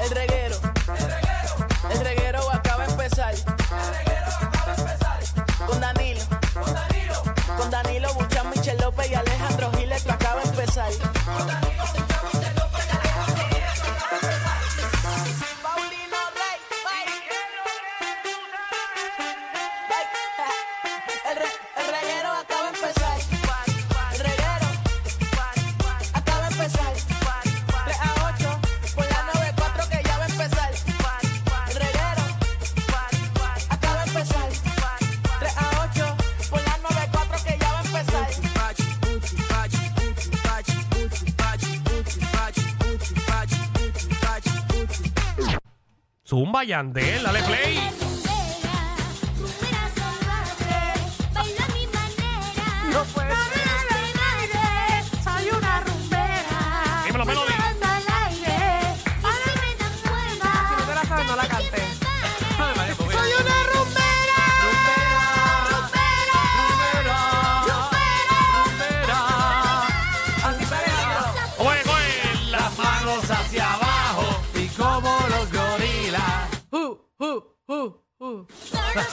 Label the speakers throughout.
Speaker 1: El reguero. El reguero acaba de empezar. Con Danilo. Con Danilo Buchan, Michel López y Alejandro Gil, esto acaba de empezar. Paulino Rey, Rey. El, re- el reguero acaba de empezar. El reguero acaba de empezar. 3 a 8 por la 94 que ya va a empezar. El reguero acaba de empezar. 3 a 8 por la 94 que ya va a empezar.
Speaker 2: Zumba Yandel, dale play.
Speaker 3: Baila mi manera.
Speaker 1: No puede ser.
Speaker 3: Soy una rumbera.
Speaker 2: Dímelo, Melody.
Speaker 3: Bailando al aire. Y si me dan cuerda,
Speaker 1: Si no te la sabes, no la
Speaker 3: que
Speaker 1: cantes.
Speaker 3: me pare.
Speaker 1: Soy una rumbera. Rumbera. Rumbera. Así parece.
Speaker 2: Oye, oye, las manos hacia abajo y como los gorilas. manos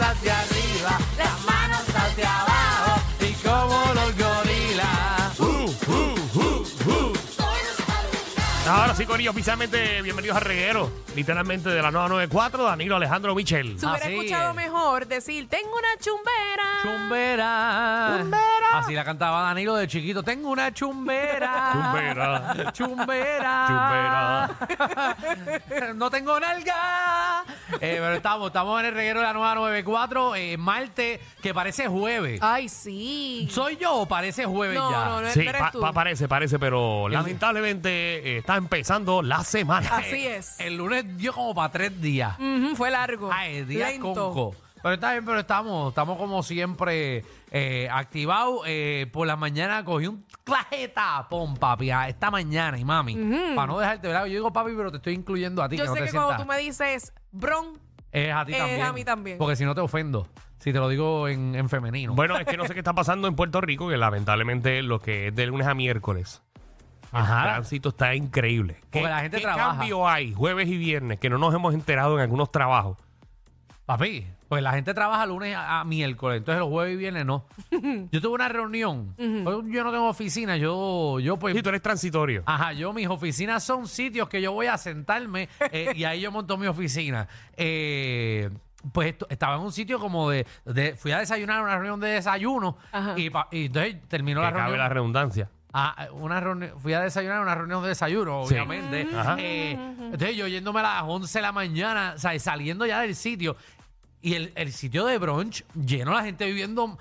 Speaker 2: hacia arriba, las manos hacia abajo y como los gorilas. Ahora sí, Corillo, oficialmente bienvenidos a Reguero, literalmente de la 994, Danilo Alejandro Michel.
Speaker 4: Si hubiera
Speaker 5: Así
Speaker 4: escuchado
Speaker 5: es.
Speaker 4: mejor decir, tengo una chumbera.
Speaker 5: Chumbera. Así la cantaba Danilo de chiquito. Tengo una chumbera.
Speaker 2: Chumbera.
Speaker 5: Chumbera. Chumbera. no tengo nalga. Eh, pero estamos, estamos en el reguero de la nueva 94. Eh, Marte, que parece jueves.
Speaker 4: Ay, sí.
Speaker 5: ¿Soy yo o parece jueves
Speaker 4: No,
Speaker 5: ya?
Speaker 4: no, no.
Speaker 2: Sí,
Speaker 4: eres
Speaker 2: pa-
Speaker 4: tú.
Speaker 2: pa- parece, parece, pero lamentablemente eh, está empezando la semana.
Speaker 4: Así es.
Speaker 5: El lunes dio como para tres días.
Speaker 4: Ujú, fue largo.
Speaker 5: eh. Ay, Ah, día
Speaker 4: lento.
Speaker 5: conco. Pero está bien, pero estamos, estamos como siempre eh, activados. Eh, por la mañana cogí un claje tapón, papi, a esta mañana y mami. Para no dejarte, ¿verdad? Yo digo papi, pero te estoy incluyendo a ti.
Speaker 4: Yo
Speaker 5: que no
Speaker 4: sé
Speaker 5: te
Speaker 4: que
Speaker 5: sientas-
Speaker 4: cuando tú me dices, bron,
Speaker 5: Es a ti
Speaker 4: es
Speaker 5: también.
Speaker 4: a mí también.
Speaker 5: Porque si no te ofendo, si te lo digo en, en femenino.
Speaker 2: Bueno, es que no sé qué está pasando en Puerto Rico, que lamentablemente lo que es de lunes a miércoles, el
Speaker 5: Ajá.
Speaker 2: tránsito está increíble. ¿Qué,
Speaker 5: Porque la gente
Speaker 2: qué
Speaker 5: trabaja.
Speaker 2: cambio hay jueves y viernes que no nos hemos enterado en algunos trabajos?
Speaker 5: Papi, pues la gente trabaja lunes a, a miércoles, entonces los jueves y viernes no. yo tuve una reunión. Hoy Yo no tengo oficina, yo, yo pues
Speaker 2: Y tú eres transitorio.
Speaker 5: Ajá, yo mis oficinas son sitios que yo voy a sentarme eh, y ahí yo monto mi oficina. Eh, pues esto- estaba en un sitio como de, de- fui a desayunar a una reunión de desayuno
Speaker 4: Ajá.
Speaker 5: y, pa- y entonces terminó
Speaker 2: que
Speaker 5: la
Speaker 2: cabe
Speaker 5: reunión.
Speaker 2: la redundancia.
Speaker 5: Ah, una reunión, fui a desayunar a una reunión de desayuno,
Speaker 2: Sí.
Speaker 5: obviamente.
Speaker 2: Ajá.
Speaker 5: Eh, entonces yo yéndome a las 11 de la mañana, o sea, saliendo ya del sitio. Y el, el sitio de brunch lleno la gente viviendo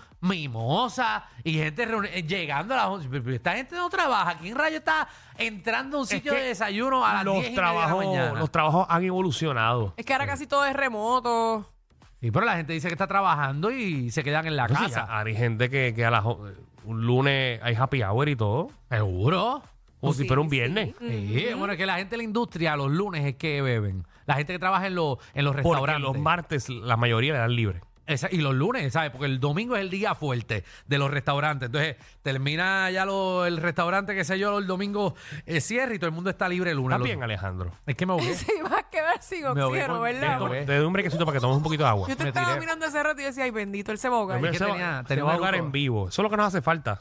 Speaker 5: mimosa y gente reuni- eh, llegando a las 11. Pero- pero Esta gente no trabaja. ¿Quién rayo está entrando a un
Speaker 2: Es
Speaker 5: sitio
Speaker 2: que
Speaker 5: de desayuno a las 10
Speaker 2: los
Speaker 5: y media de la
Speaker 2: trabajos,
Speaker 5: mañana?
Speaker 2: los trabajos han evolucionado.
Speaker 4: es que ahora casi todo es remoto.
Speaker 5: Sí, pero la gente dice que está trabajando y se quedan en
Speaker 2: No,
Speaker 5: la
Speaker 2: Pues sí,
Speaker 5: casa.
Speaker 2: ya hay gente que, que a las o- un lunes hay happy hour y todo.
Speaker 5: Seguro.
Speaker 2: Como si
Speaker 4: Sí,
Speaker 2: fuera un
Speaker 4: sí.
Speaker 2: viernes.
Speaker 5: Sí, bueno, es que la gente de la industria los lunes es que beben. La gente que trabaja en, los en los
Speaker 2: Porque
Speaker 5: restaurantes.
Speaker 2: los martes la mayoría le dan libre.
Speaker 5: Esa- y los lunes, ¿sabes? Porque el domingo es el día fuerte de los restaurantes. Entonces, termina ya lo- el restaurante, qué sé yo, el domingo eh, cierra y todo el mundo está libre el lunes.
Speaker 2: Está bien,
Speaker 5: Los-
Speaker 2: Alejandro.
Speaker 5: es que me voy.
Speaker 4: Te ibas a quedar sin
Speaker 5: Me voy
Speaker 4: oxígeno,
Speaker 5: con-
Speaker 4: ¿verdad?
Speaker 5: me voy.
Speaker 2: Te doy un brequecito para que tomes un poquito de agua.
Speaker 4: Yo te
Speaker 5: Me
Speaker 4: estaba
Speaker 5: tiré.
Speaker 4: mirando hace rato y decía, ay, bendito el ceboga.
Speaker 2: Mira,
Speaker 5: Es que
Speaker 2: se va-
Speaker 5: tenía-
Speaker 2: se
Speaker 5: tenía
Speaker 2: va a
Speaker 5: un
Speaker 2: ahogar
Speaker 5: lujo.
Speaker 2: en vivo. Eso es lo que nos hace falta.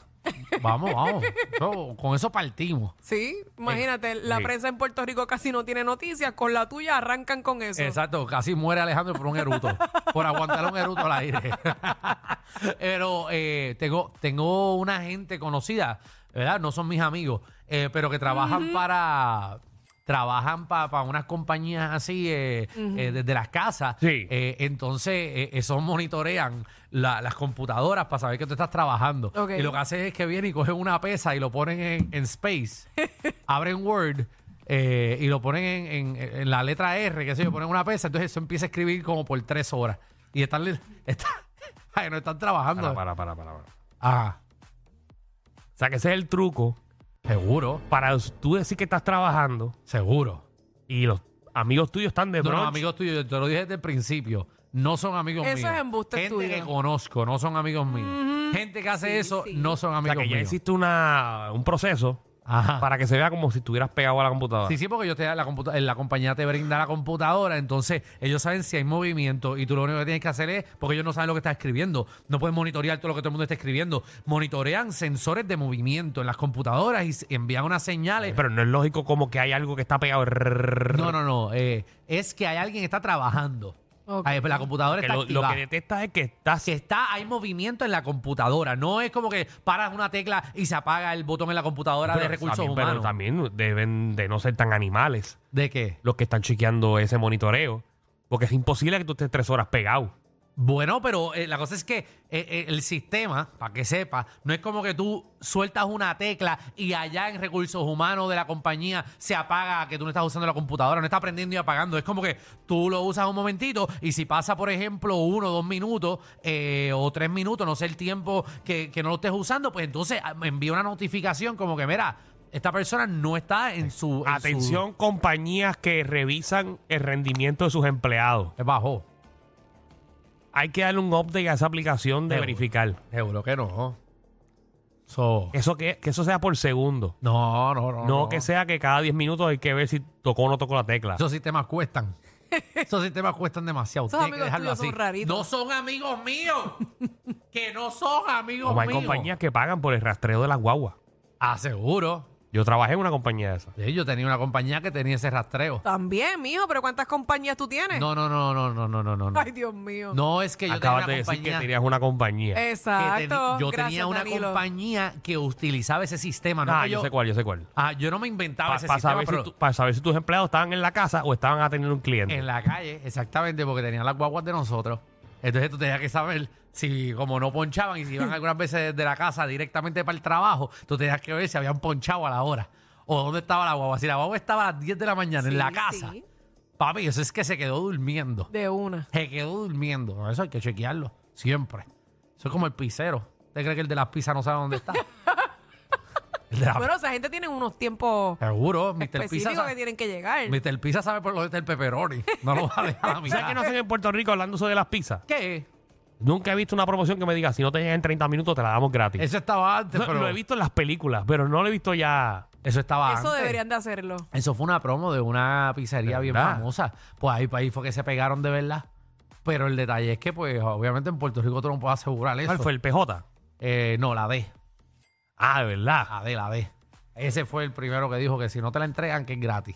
Speaker 5: vamos, vamos. Eso- con eso partimos.
Speaker 4: Sí,
Speaker 5: Eh,
Speaker 4: imagínate, la
Speaker 2: sí.
Speaker 4: prensa en Puerto Rico casi no tiene noticias. Con la tuya arrancan con eso.
Speaker 5: Exacto, casi muere Alejandro por un eruto, por aguantar un eruto al aire. pero eh, tengo, tengo una gente conocida, ¿verdad? No son mis amigos, eh, pero que trabajan para, trabajan para unas compañías así eh, eh, desde las casas.
Speaker 2: Sí.
Speaker 5: Eh, entonces, eh, esos monitorean la- las computadoras para saber que tú estás trabajando.
Speaker 4: Ok.
Speaker 5: Y lo que hacen es que vienen y cogen una pesa y lo ponen en, en Space, abren Word. eh, y lo ponen en, en- en la letra R, que sé yo, ponen una pesa, entonces eso empieza a escribir como por tres horas. Y están, li- están, ay, no están trabajando. Ah,
Speaker 2: Para, para, para, para, para. O
Speaker 5: Ajá,
Speaker 2: sea, que ese es el truco
Speaker 5: seguro,
Speaker 2: para tú decir que estás trabajando
Speaker 5: seguro.
Speaker 2: y los amigos tuyos están de
Speaker 5: No,
Speaker 2: brunch.
Speaker 5: no, amigos tuyos, te lo dije desde el principio. No son amigos
Speaker 4: Eso
Speaker 5: míos.
Speaker 4: es embuste
Speaker 5: Gente
Speaker 4: tuyo.
Speaker 5: que conozco, no son amigos míos. Gente que hace eso, no son
Speaker 2: O sea,
Speaker 5: amigos
Speaker 2: que ya
Speaker 5: míos.
Speaker 2: hiciste una, un proceso
Speaker 5: Ajá.
Speaker 2: para que se vea como si estuvieras pegado a la computadora.
Speaker 5: Sí, sí, porque yo te, la, computa- la compañía te brinda la computadora, entonces ellos saben si hay movimiento y tú lo único que tienes que hacer es, porque ellos no saben lo que estás escribiendo, no pueden monitorear todo lo que todo el mundo está escribiendo, monitorean sensores de movimiento en las computadoras y s- envían unas señales.
Speaker 2: Pero no es lógico como que hay algo que está pegado.
Speaker 5: no, no, no, eh, es que hay alguien que está trabajando.
Speaker 4: Ok.
Speaker 5: Ay, pues, la computadora
Speaker 2: Que
Speaker 5: está
Speaker 2: lo, lo
Speaker 5: activada.
Speaker 2: que detectas es que estás...
Speaker 5: que está, hay movimiento en la computadora. No es como que paras una tecla y se apaga el botón en la computadora de
Speaker 2: Pero
Speaker 5: recursos
Speaker 2: también-
Speaker 5: humanos.
Speaker 2: Pero también deben de no ser tan animales
Speaker 5: ¿De qué?
Speaker 2: los que están chequeando ese monitoreo. Porque es imposible que tú estés tres horas pegado.
Speaker 5: Bueno, pero eh, la cosa es que eh, eh, el sistema, para que sepa, no es como que tú sueltas una tecla y allá en recursos humanos de la compañía se apaga que tú no estás usando la computadora, no estás prendiendo y apagando. Es como que tú lo usas un momentito y si pasa, por ejemplo, uno, dos minutos eh, o tres minutos, no sé el tiempo que, que no lo estés usando, pues entonces ah, me envía una notificación como que, mira, esta persona no está en su... en su-
Speaker 2: Atención, compañías que revisan el rendimiento de sus empleados.
Speaker 5: bajó.
Speaker 2: Hay que darle un update a esa aplicación de
Speaker 5: Seguro.
Speaker 2: verificar.
Speaker 5: Seguro que no. So-
Speaker 2: Eso que, que eso sea por segundo.
Speaker 5: No, no, no.
Speaker 2: No, que sea que cada 10 minutos hay que ver si tocó o no tocó la
Speaker 4: Ah.
Speaker 2: tecla.
Speaker 5: Esos sistemas cuestan. Esos sistemas cuestan demasiado.
Speaker 4: Esos
Speaker 5: Tienen que
Speaker 4: amigos
Speaker 5: dejarlo
Speaker 4: tuyos son
Speaker 5: así.
Speaker 4: raritos.
Speaker 5: No son amigos míos. que no son amigos
Speaker 2: Como hay
Speaker 5: míos.
Speaker 2: compañías que pagan por el rastreo de las guaguas.
Speaker 5: Aseguro.
Speaker 2: Yo trabajé en una compañía de esas.
Speaker 5: Sí, yo tenía una compañía que tenía ese rastreo.
Speaker 4: También, mijo, pero ¿cuántas compañías tú tienes?
Speaker 5: No, no, no, no, no, no, no, no.
Speaker 4: Ay, Dios mío.
Speaker 5: No, es que yo
Speaker 2: Acabas de
Speaker 5: tenía
Speaker 2: decir
Speaker 5: una
Speaker 2: que
Speaker 5: compañía. Eh,
Speaker 2: tenías una compañía.
Speaker 5: que teni-
Speaker 4: Exacto.
Speaker 5: yo
Speaker 4: Gracias,
Speaker 5: tenía una
Speaker 4: Danilo.
Speaker 5: compañía que utilizaba ese sistema. No
Speaker 2: ah,
Speaker 5: que
Speaker 2: yo,
Speaker 5: yo,
Speaker 2: sé cuál, yo sé cuál.
Speaker 5: Ah, yo no me inventaba
Speaker 2: Pa-
Speaker 5: ese
Speaker 2: pa
Speaker 5: sistema,
Speaker 2: saber si
Speaker 5: pero
Speaker 2: tu- para saber si tus empleados estaban en la casa o estaban atendiendo un cliente.
Speaker 5: En la calle, exactamente, porque tenían las guaguas de nosotros. Entonces tú tenías que saber si, como no ponchaban y si iban algunas veces de la casa directamente para el trabajo, tú tenías que ver si habían ponchado a la hora o dónde estaba la guagua. Si la guagua estaba a las 10 de la mañana en
Speaker 4: Sí,
Speaker 5: la casa,
Speaker 4: sí.
Speaker 5: papi, eso es que se quedó durmiendo.
Speaker 4: De una.
Speaker 5: Se quedó durmiendo. No, Eso hay que chequearlo, siempre. Eso es como el pizzero. ¿Usted cree que el de las pizzas no sabe dónde está? El de la-
Speaker 4: Bueno, esa gente tiene unos tiempos
Speaker 5: Seguro, Mr. Pizza,
Speaker 4: específicos que
Speaker 5: sabe,
Speaker 4: tienen que llegar.
Speaker 5: Mr. Pizza sabe por lo está el pepperoni. No lo va a dejar a la
Speaker 2: ¿Sabes qué no
Speaker 5: mitad.
Speaker 2: hacen en Puerto Rico hablando sobre las pizzas?
Speaker 5: ¿Qué?
Speaker 2: Nunca he visto una promoción que me diga, si no te llega en 30 minutos, te la damos gratis.
Speaker 5: Eso estaba antes,
Speaker 2: Eso
Speaker 5: pero
Speaker 2: Lo he visto en las películas, pero no lo he visto ya.
Speaker 5: Eso estaba
Speaker 4: Eso
Speaker 5: antes.
Speaker 4: deberían de hacerlo.
Speaker 5: Eso fue una promo de una pizzería bien
Speaker 2: ¿Verdad?
Speaker 5: famosa. Pues ahí, ahí fue que se pegaron de verdad. Pero el detalle es que, pues, obviamente en Puerto Rico tú no puedes asegurar eso.
Speaker 2: ¿Cuál fue el PJ?
Speaker 5: Eh, no, la D.
Speaker 2: Ah, de verdad.
Speaker 5: La D, la D. Ese fue el primero que dijo que si no te la entregan, que es gratis.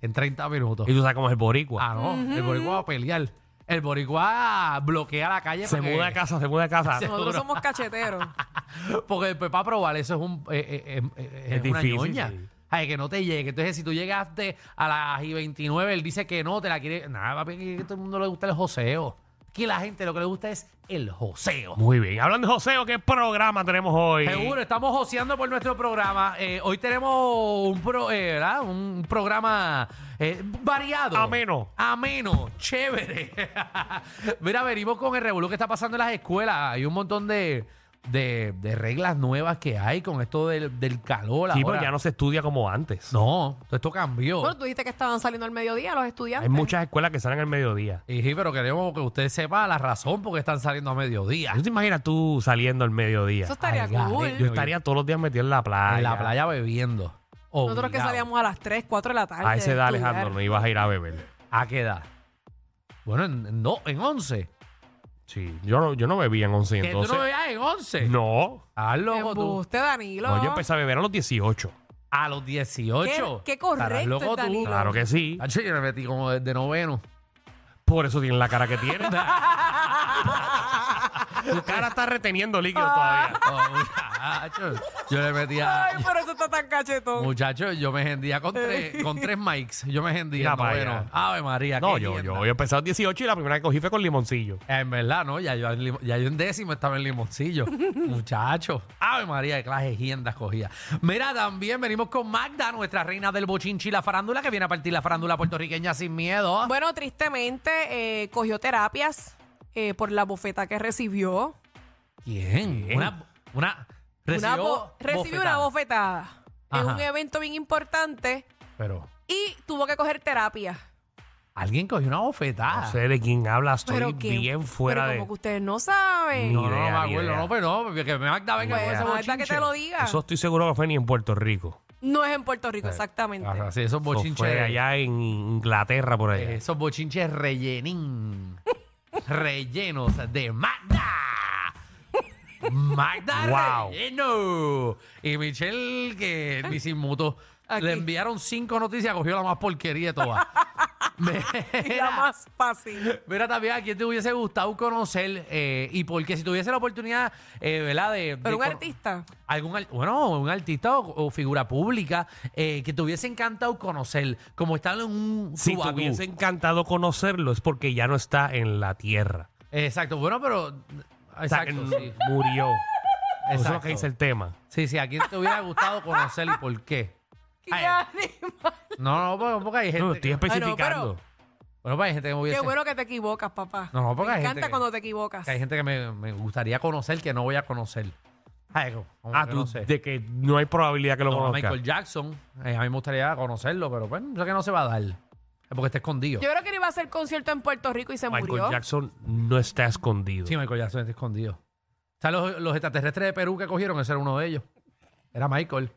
Speaker 5: En 30 minutos.
Speaker 2: Y tú sabes cómo es el boricua.
Speaker 5: Ah, no. El boricua va a pelear. El boricua bloquea la calle.
Speaker 2: se
Speaker 5: porque-
Speaker 2: muda de casa, se muda de casa.
Speaker 4: Nosotros somos cacheteros.
Speaker 5: Porque después para probar eso es un eh, eh, eh, eh, es,
Speaker 2: Es
Speaker 5: una
Speaker 2: difícil,
Speaker 5: ñoña.
Speaker 2: sí.
Speaker 5: Ay, que no te llegue. Entonces, si tú llegaste a las y 29, él dice que no, te la quiere. Nada, papi, que a todo el mundo le gusta el joseo. Que la gente lo que le gusta es el joseo.
Speaker 2: Muy bien. Hablando de joseo, ¿qué programa tenemos hoy?
Speaker 5: Seguro, estamos joseando por nuestro programa. Eh, hoy tenemos un, pro- eh, ¿verdad? un programa eh, variado.
Speaker 2: Ameno.
Speaker 5: Ameno, chévere. Mira, venimos con el revolú que está pasando en las escuelas. Hay un montón de, de- de reglas nuevas que hay con esto del, del calor.
Speaker 2: Sí,
Speaker 5: ahora.
Speaker 2: pero ya no se estudia como antes.
Speaker 5: No, esto cambió.
Speaker 4: bueno, tú dijiste que estaban saliendo al mediodía los estudiantes.
Speaker 2: Hay muchas escuelas que salen al mediodía.
Speaker 5: Y sí, pero queremos que usted sepa la razón por qué están saliendo a mediodía.
Speaker 2: ¿Tú te imaginas tú saliendo al mediodía?
Speaker 4: Eso estaría
Speaker 5: Ay,
Speaker 4: cool.
Speaker 5: Gale,
Speaker 2: Yo estaría todos los días metido en la playa.
Speaker 5: en la playa bebiendo.
Speaker 4: Nosotros que
Speaker 5: Obligado.
Speaker 4: salíamos a las 3, 4 de la tarde.
Speaker 2: A esa edad,
Speaker 4: a estudiar.
Speaker 2: Alejandro, no ibas a ir a beber.
Speaker 5: ¿A qué edad? Bueno, en, en do- en 11.
Speaker 2: Sí, yo no, yo no bebía en 11
Speaker 5: Que
Speaker 2: entonces.
Speaker 5: tú no veías en 11.
Speaker 2: No.
Speaker 5: Ah, loco, tú.
Speaker 4: Embuste, Danilo.
Speaker 2: No, yo empecé a beber a los 18.
Speaker 5: A los 18.
Speaker 4: Qué- qué correcto
Speaker 5: Estarás loco
Speaker 4: es
Speaker 5: tú.
Speaker 4: Danilo.
Speaker 2: Claro que sí.
Speaker 5: Hacho, yo me metí como desde noveno.
Speaker 2: Por eso tienen la cara que tienen.
Speaker 4: Ah.
Speaker 2: tu cara está reteniendo líquido todavía.
Speaker 5: Oh, mira, Muchacho, yo le metía.
Speaker 4: Ay, pero eso está tan cachetón.
Speaker 5: Muchacho, yo me gendía con tres, con tres mics. Yo me gendía.
Speaker 2: Mira pa'
Speaker 5: noveno.
Speaker 2: allá.
Speaker 5: Ave María.
Speaker 2: No,
Speaker 5: qué
Speaker 2: yo,
Speaker 5: tienda.
Speaker 2: yo, yo empecé a los 18 y la primera que cogí fue con limoncillo.
Speaker 5: En verdad, ¿no? Ya yo, en limo- ya yo en décimo estaba en limoncillo. Muchacho. Ave María, qué clase de hiendas cogía. Mira, también venimos con Magda, nuestra reina del bochinchi y la farándula, que viene a partir la farándula puertorriqueña sin miedo.
Speaker 4: Bueno, tristemente eh, cogió terapias eh, por la bofeta que recibió.
Speaker 5: ¿Quién?
Speaker 2: ¿Quién?
Speaker 5: Una, una, recibió,
Speaker 4: una bo- recibió una bofetada en
Speaker 5: Ajá.
Speaker 4: un evento bien importante
Speaker 5: Pero,
Speaker 4: y tuvo que coger terapia.
Speaker 5: ¿alguien cogió una bofetada?
Speaker 2: No sé de quién hablas, estoy
Speaker 4: Ah. Pero que,
Speaker 2: bien fuera
Speaker 4: pero
Speaker 2: de.
Speaker 4: como que ustedes no saben.
Speaker 5: No, no,
Speaker 2: Ni idea,
Speaker 5: no
Speaker 2: ni
Speaker 5: me acuerdo,
Speaker 2: idea.
Speaker 5: no, pero no, que Magda venga
Speaker 4: Pues,
Speaker 5: con ese
Speaker 4: Magda, que te
Speaker 5: bochinche.
Speaker 4: lo diga.
Speaker 2: Eso estoy seguro que fue ni en Puerto Rico.
Speaker 4: No es en Puerto Rico, exactamente.
Speaker 5: Ajá, Ah, sí,
Speaker 2: Eso
Speaker 5: esos bochinches.
Speaker 2: fue allá en Inglaterra, por allá.
Speaker 5: Eh, Esos bochinches rellenín. rellenos de Magda. Magda
Speaker 2: Wow.
Speaker 5: relleno. Y Michelle, que disimuto.
Speaker 4: Aquí.
Speaker 5: Le enviaron cinco noticias, cogió la más porquería de todas.
Speaker 4: Y la
Speaker 5: Mira,
Speaker 4: más fácil.
Speaker 5: mira también a quién te hubiese gustado conocer eh, y porque si tuviese la oportunidad, eh, ¿verdad? De, de
Speaker 4: Pero un
Speaker 5: cono-
Speaker 4: artista.
Speaker 5: Algún, ar- bueno, un artista o, o figura pública eh, que te hubiese encantado conocer, como estar en un
Speaker 2: Si
Speaker 5: tú a
Speaker 2: te
Speaker 5: tú.
Speaker 2: hubiese encantado conocerlo, es porque ya no está en la tierra.
Speaker 5: Exacto, bueno, pero.
Speaker 2: O sea, que
Speaker 5: Exacto, sí.
Speaker 2: murió. Eso es lo
Speaker 5: Exacto.
Speaker 2: que dice el tema.
Speaker 5: Sí, sí, a quién te hubiera gustado conocer y por qué.
Speaker 4: Qué
Speaker 5: Ay.
Speaker 4: animal.
Speaker 5: No, no, porque, porque hay gente.
Speaker 2: No, estoy
Speaker 5: que-
Speaker 2: especificando.
Speaker 5: bueno, pues hay gente que me hubiese.
Speaker 4: Qué bueno que te equivocas, papá.
Speaker 5: No, no, porque
Speaker 4: Me
Speaker 5: hay gente
Speaker 4: encanta
Speaker 5: que-
Speaker 4: cuando te equivocas.
Speaker 5: que hay gente que me, me gustaría conocer que no voy a conocer. Ay, como- como
Speaker 2: ah,
Speaker 5: que
Speaker 2: tú,
Speaker 5: no sé.
Speaker 2: de que no hay probabilidad que lo
Speaker 5: No, a
Speaker 2: conozca.
Speaker 5: Michael Jackson. eh, a mí me gustaría conocerlo, pero bueno, eso que no se va a dar. Es porque está escondido.
Speaker 4: Yo creo que él iba a hacer concierto en Puerto Rico y se
Speaker 2: Michael
Speaker 4: murió.
Speaker 2: Jackson no está escondido.
Speaker 5: Sí, Michael Jackson está escondido. ¿Sabes los, los extraterrestres de Perú que cogieron? Ese era uno de ellos. Era Michael.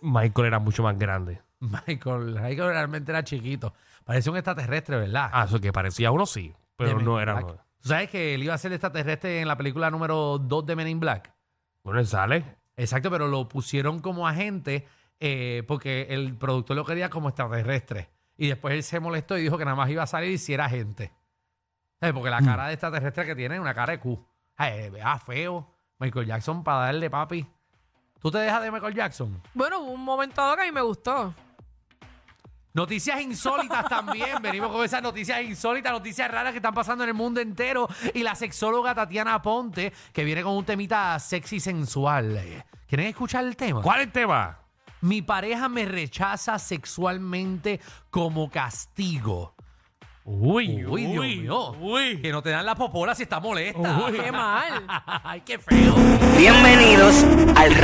Speaker 2: Michael era mucho más grande.
Speaker 5: Michael, Michael realmente era chiquito. Parecía un extraterrestre, ¿verdad?
Speaker 2: Ah, eso que parecía uno sí, pero
Speaker 5: De
Speaker 2: no
Speaker 5: Men in
Speaker 2: era.
Speaker 5: Black. ¿Tú sabes que él iba a ser extraterrestre en la película número 2 de Men in Black?
Speaker 2: Bueno, él sale.
Speaker 5: Exacto, pero lo pusieron como agente eh, porque el productor lo quería como extraterrestre. Y después él se molestó y dijo que nada más iba a salir si era agente. ¿Sabes? Porque
Speaker 2: Hmm.
Speaker 5: la cara de extraterrestre que tiene es una cara de Q. Ay, ah, feo. Michael Jackson para darle papi. ¿Tú te dejas de Michael Jackson?
Speaker 4: Bueno, hubo un momento dado que a mí me gustó.
Speaker 5: Noticias insólitas también. Venimos con esas noticias insólitas, noticias raras que están pasando en el mundo entero. Y la sexóloga Tatiana Ponte, que viene con un temita sexy sensual. Eh, ¿Quieren escuchar el tema?
Speaker 2: ¿Cuál es el tema?
Speaker 5: Mi pareja me rechaza sexualmente como castigo.
Speaker 2: Uy,
Speaker 5: Uy, Dios mío.
Speaker 2: Uy.
Speaker 5: Que no te dan la popola si está molesta.
Speaker 4: Qué mal.
Speaker 5: Ay, qué feo.
Speaker 6: Bienvenidos al